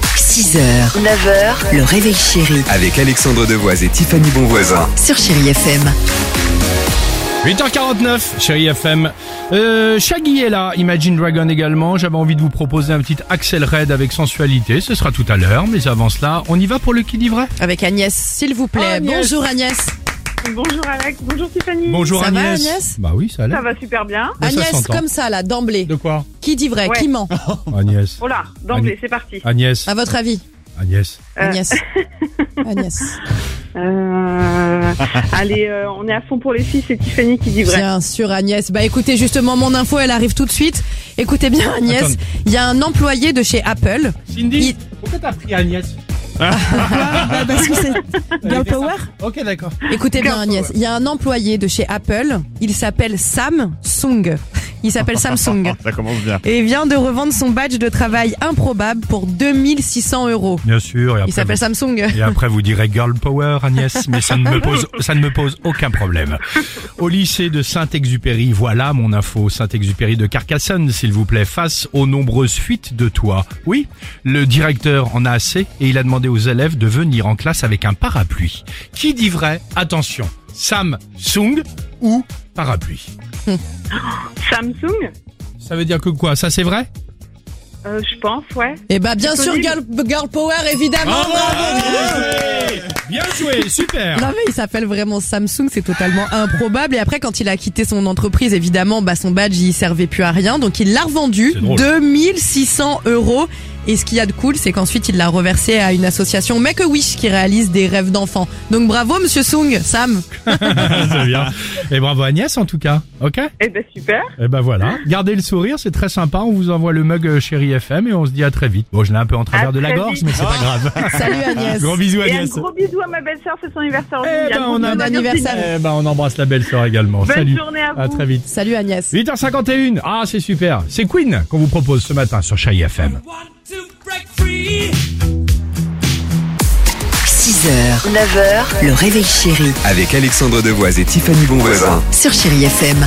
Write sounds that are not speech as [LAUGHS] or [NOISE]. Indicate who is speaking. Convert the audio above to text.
Speaker 1: 6h, 9h, le réveil chéri
Speaker 2: Avec Alexandre Devoise et Tiffany Bonvoisin.
Speaker 1: sur Chéri FM.
Speaker 3: 8h49, chérie FM. Euh, Shaggy est là, Imagine Dragon également. J'avais envie de vous proposer un petit Axel Red avec sensualité. Ce sera tout à l'heure, mais avant cela, on y va pour le qui dit vrai
Speaker 4: Avec Agnès, s'il vous plaît.
Speaker 3: Agnès.
Speaker 4: Bonjour Agnès.
Speaker 5: Bonjour Alex, bonjour Tiffany.
Speaker 3: Bonjour
Speaker 4: Ça va,
Speaker 3: Agnès.
Speaker 4: Agnès
Speaker 3: Bah oui, ça
Speaker 5: Ça
Speaker 3: allait.
Speaker 5: va super bien.
Speaker 3: Ben, ça
Speaker 4: Agnès,
Speaker 3: s'entend.
Speaker 4: comme ça là, d'emblée.
Speaker 3: De quoi
Speaker 4: Qui dit vrai,
Speaker 5: Ouais.
Speaker 4: qui ment
Speaker 3: [LAUGHS] Agnès. Ah.
Speaker 5: Oh là, d'emblée, c'est parti.
Speaker 3: Agnès.
Speaker 4: À votre avis,
Speaker 3: Agnès.
Speaker 5: Euh.
Speaker 4: Agnès. Agnès.
Speaker 3: [LAUGHS]
Speaker 5: Euh, allez, euh, on est à fond pour les filles, c'est Tiffany qui dit vrai.
Speaker 4: Bien sûr Agnès. Bah écoutez, justement mon info, elle arrive tout de suite. Écoutez bien Agnès,
Speaker 3: Attends.
Speaker 4: il y a un employé de chez Apple.
Speaker 3: Cindy,
Speaker 4: Il-
Speaker 3: pourquoi t'as pris Agnès
Speaker 4: parce que c'est
Speaker 3: Girl Power Ok, d'accord.
Speaker 4: Écoutez bien Agnès, il y a un employé de chez Apple, il s'appelle Sam Sung. Il s'appelle Samsung.
Speaker 6: Ça commence bien.
Speaker 4: Et il vient de revendre son badge de travail improbable pour 2600 euros.
Speaker 3: Bien sûr. Et
Speaker 4: Il
Speaker 3: après,
Speaker 4: s'appelle Samsung.
Speaker 3: Et après, vous direz Girl Power, Agnès, mais ça ne me pose, ça ne me pose aucun problème. Au lycée de Saint-Exupéry, voilà mon info. Saint-Exupéry de Carcassonne, s'il vous plaît, face aux nombreuses fuites de toits. Oui, le directeur en a assez et il a demandé aux élèves de venir en classe avec un parapluie. Qui dit vrai? Attention. Samsung ou parapluie?
Speaker 5: Samsung,
Speaker 3: Ça veut dire que quoi? Ça, c'est vrai?
Speaker 5: euh, je pense, ouais.
Speaker 4: Eh bah bien
Speaker 5: C'est
Speaker 4: sûr
Speaker 5: connu.
Speaker 4: girl, girl Power
Speaker 3: Ah
Speaker 4: évidemment. Oh, bravo.
Speaker 3: Bien joué! Super!
Speaker 4: [LAUGHS] Non mais il s'appelle vraiment Samsung, c'est totalement improbable. Et après, quand il a quitté son entreprise, évidemment, bah son badge il servait plus à rien, donc il l'a revendu
Speaker 3: C'est drôle.
Speaker 4: 2600 euros. Et ce qu'il y a de cool, c'est qu'ensuite il l'a reversé à une association Make a Wish qui réalise des rêves d'enfants. Donc bravo Monsieur Sung, Sam.
Speaker 3: C'est bien. Et bravo Agnès, en tout cas. Ok?
Speaker 5: Eh ben super.
Speaker 3: Et ben
Speaker 5: [LAUGHS]
Speaker 3: voilà. Gardez le sourire, c'est très sympa. On vous envoie le mug euh, chéri FM et on se dit à très vite. Bon, je l'ai un peu en travers
Speaker 5: À
Speaker 3: de la
Speaker 5: très
Speaker 3: gorge,
Speaker 5: vite. Ah.
Speaker 3: mais c'est pas
Speaker 5: [LAUGHS]
Speaker 3: grave.
Speaker 4: [LAUGHS] Salut Agnès.
Speaker 3: Gros bisous
Speaker 5: Et un
Speaker 3: Agnès.
Speaker 5: gros bisou à ma belle-sœur, c'est son anniversaire.
Speaker 3: Ah, Eh
Speaker 5: aujourd'hui.
Speaker 3: ben,
Speaker 5: Un gros
Speaker 3: on a-
Speaker 5: bisou à
Speaker 4: Bon
Speaker 5: Delphine.
Speaker 4: anniversaire.
Speaker 3: Eh ben, on embrasse la belle sœur également.
Speaker 5: Bonne
Speaker 3: Salut.
Speaker 5: journée à vous.
Speaker 3: À très vite.
Speaker 4: Salut Agnès.
Speaker 3: 8h51. Ah, c'est super. C'est Queen qu'on vous propose ce matin sur Chai FM.
Speaker 1: 6h, 9h, le réveil chéri
Speaker 2: Avec Alexandre Devoise et Tiffany Bonvoisin.
Speaker 1: sur Chéri FM.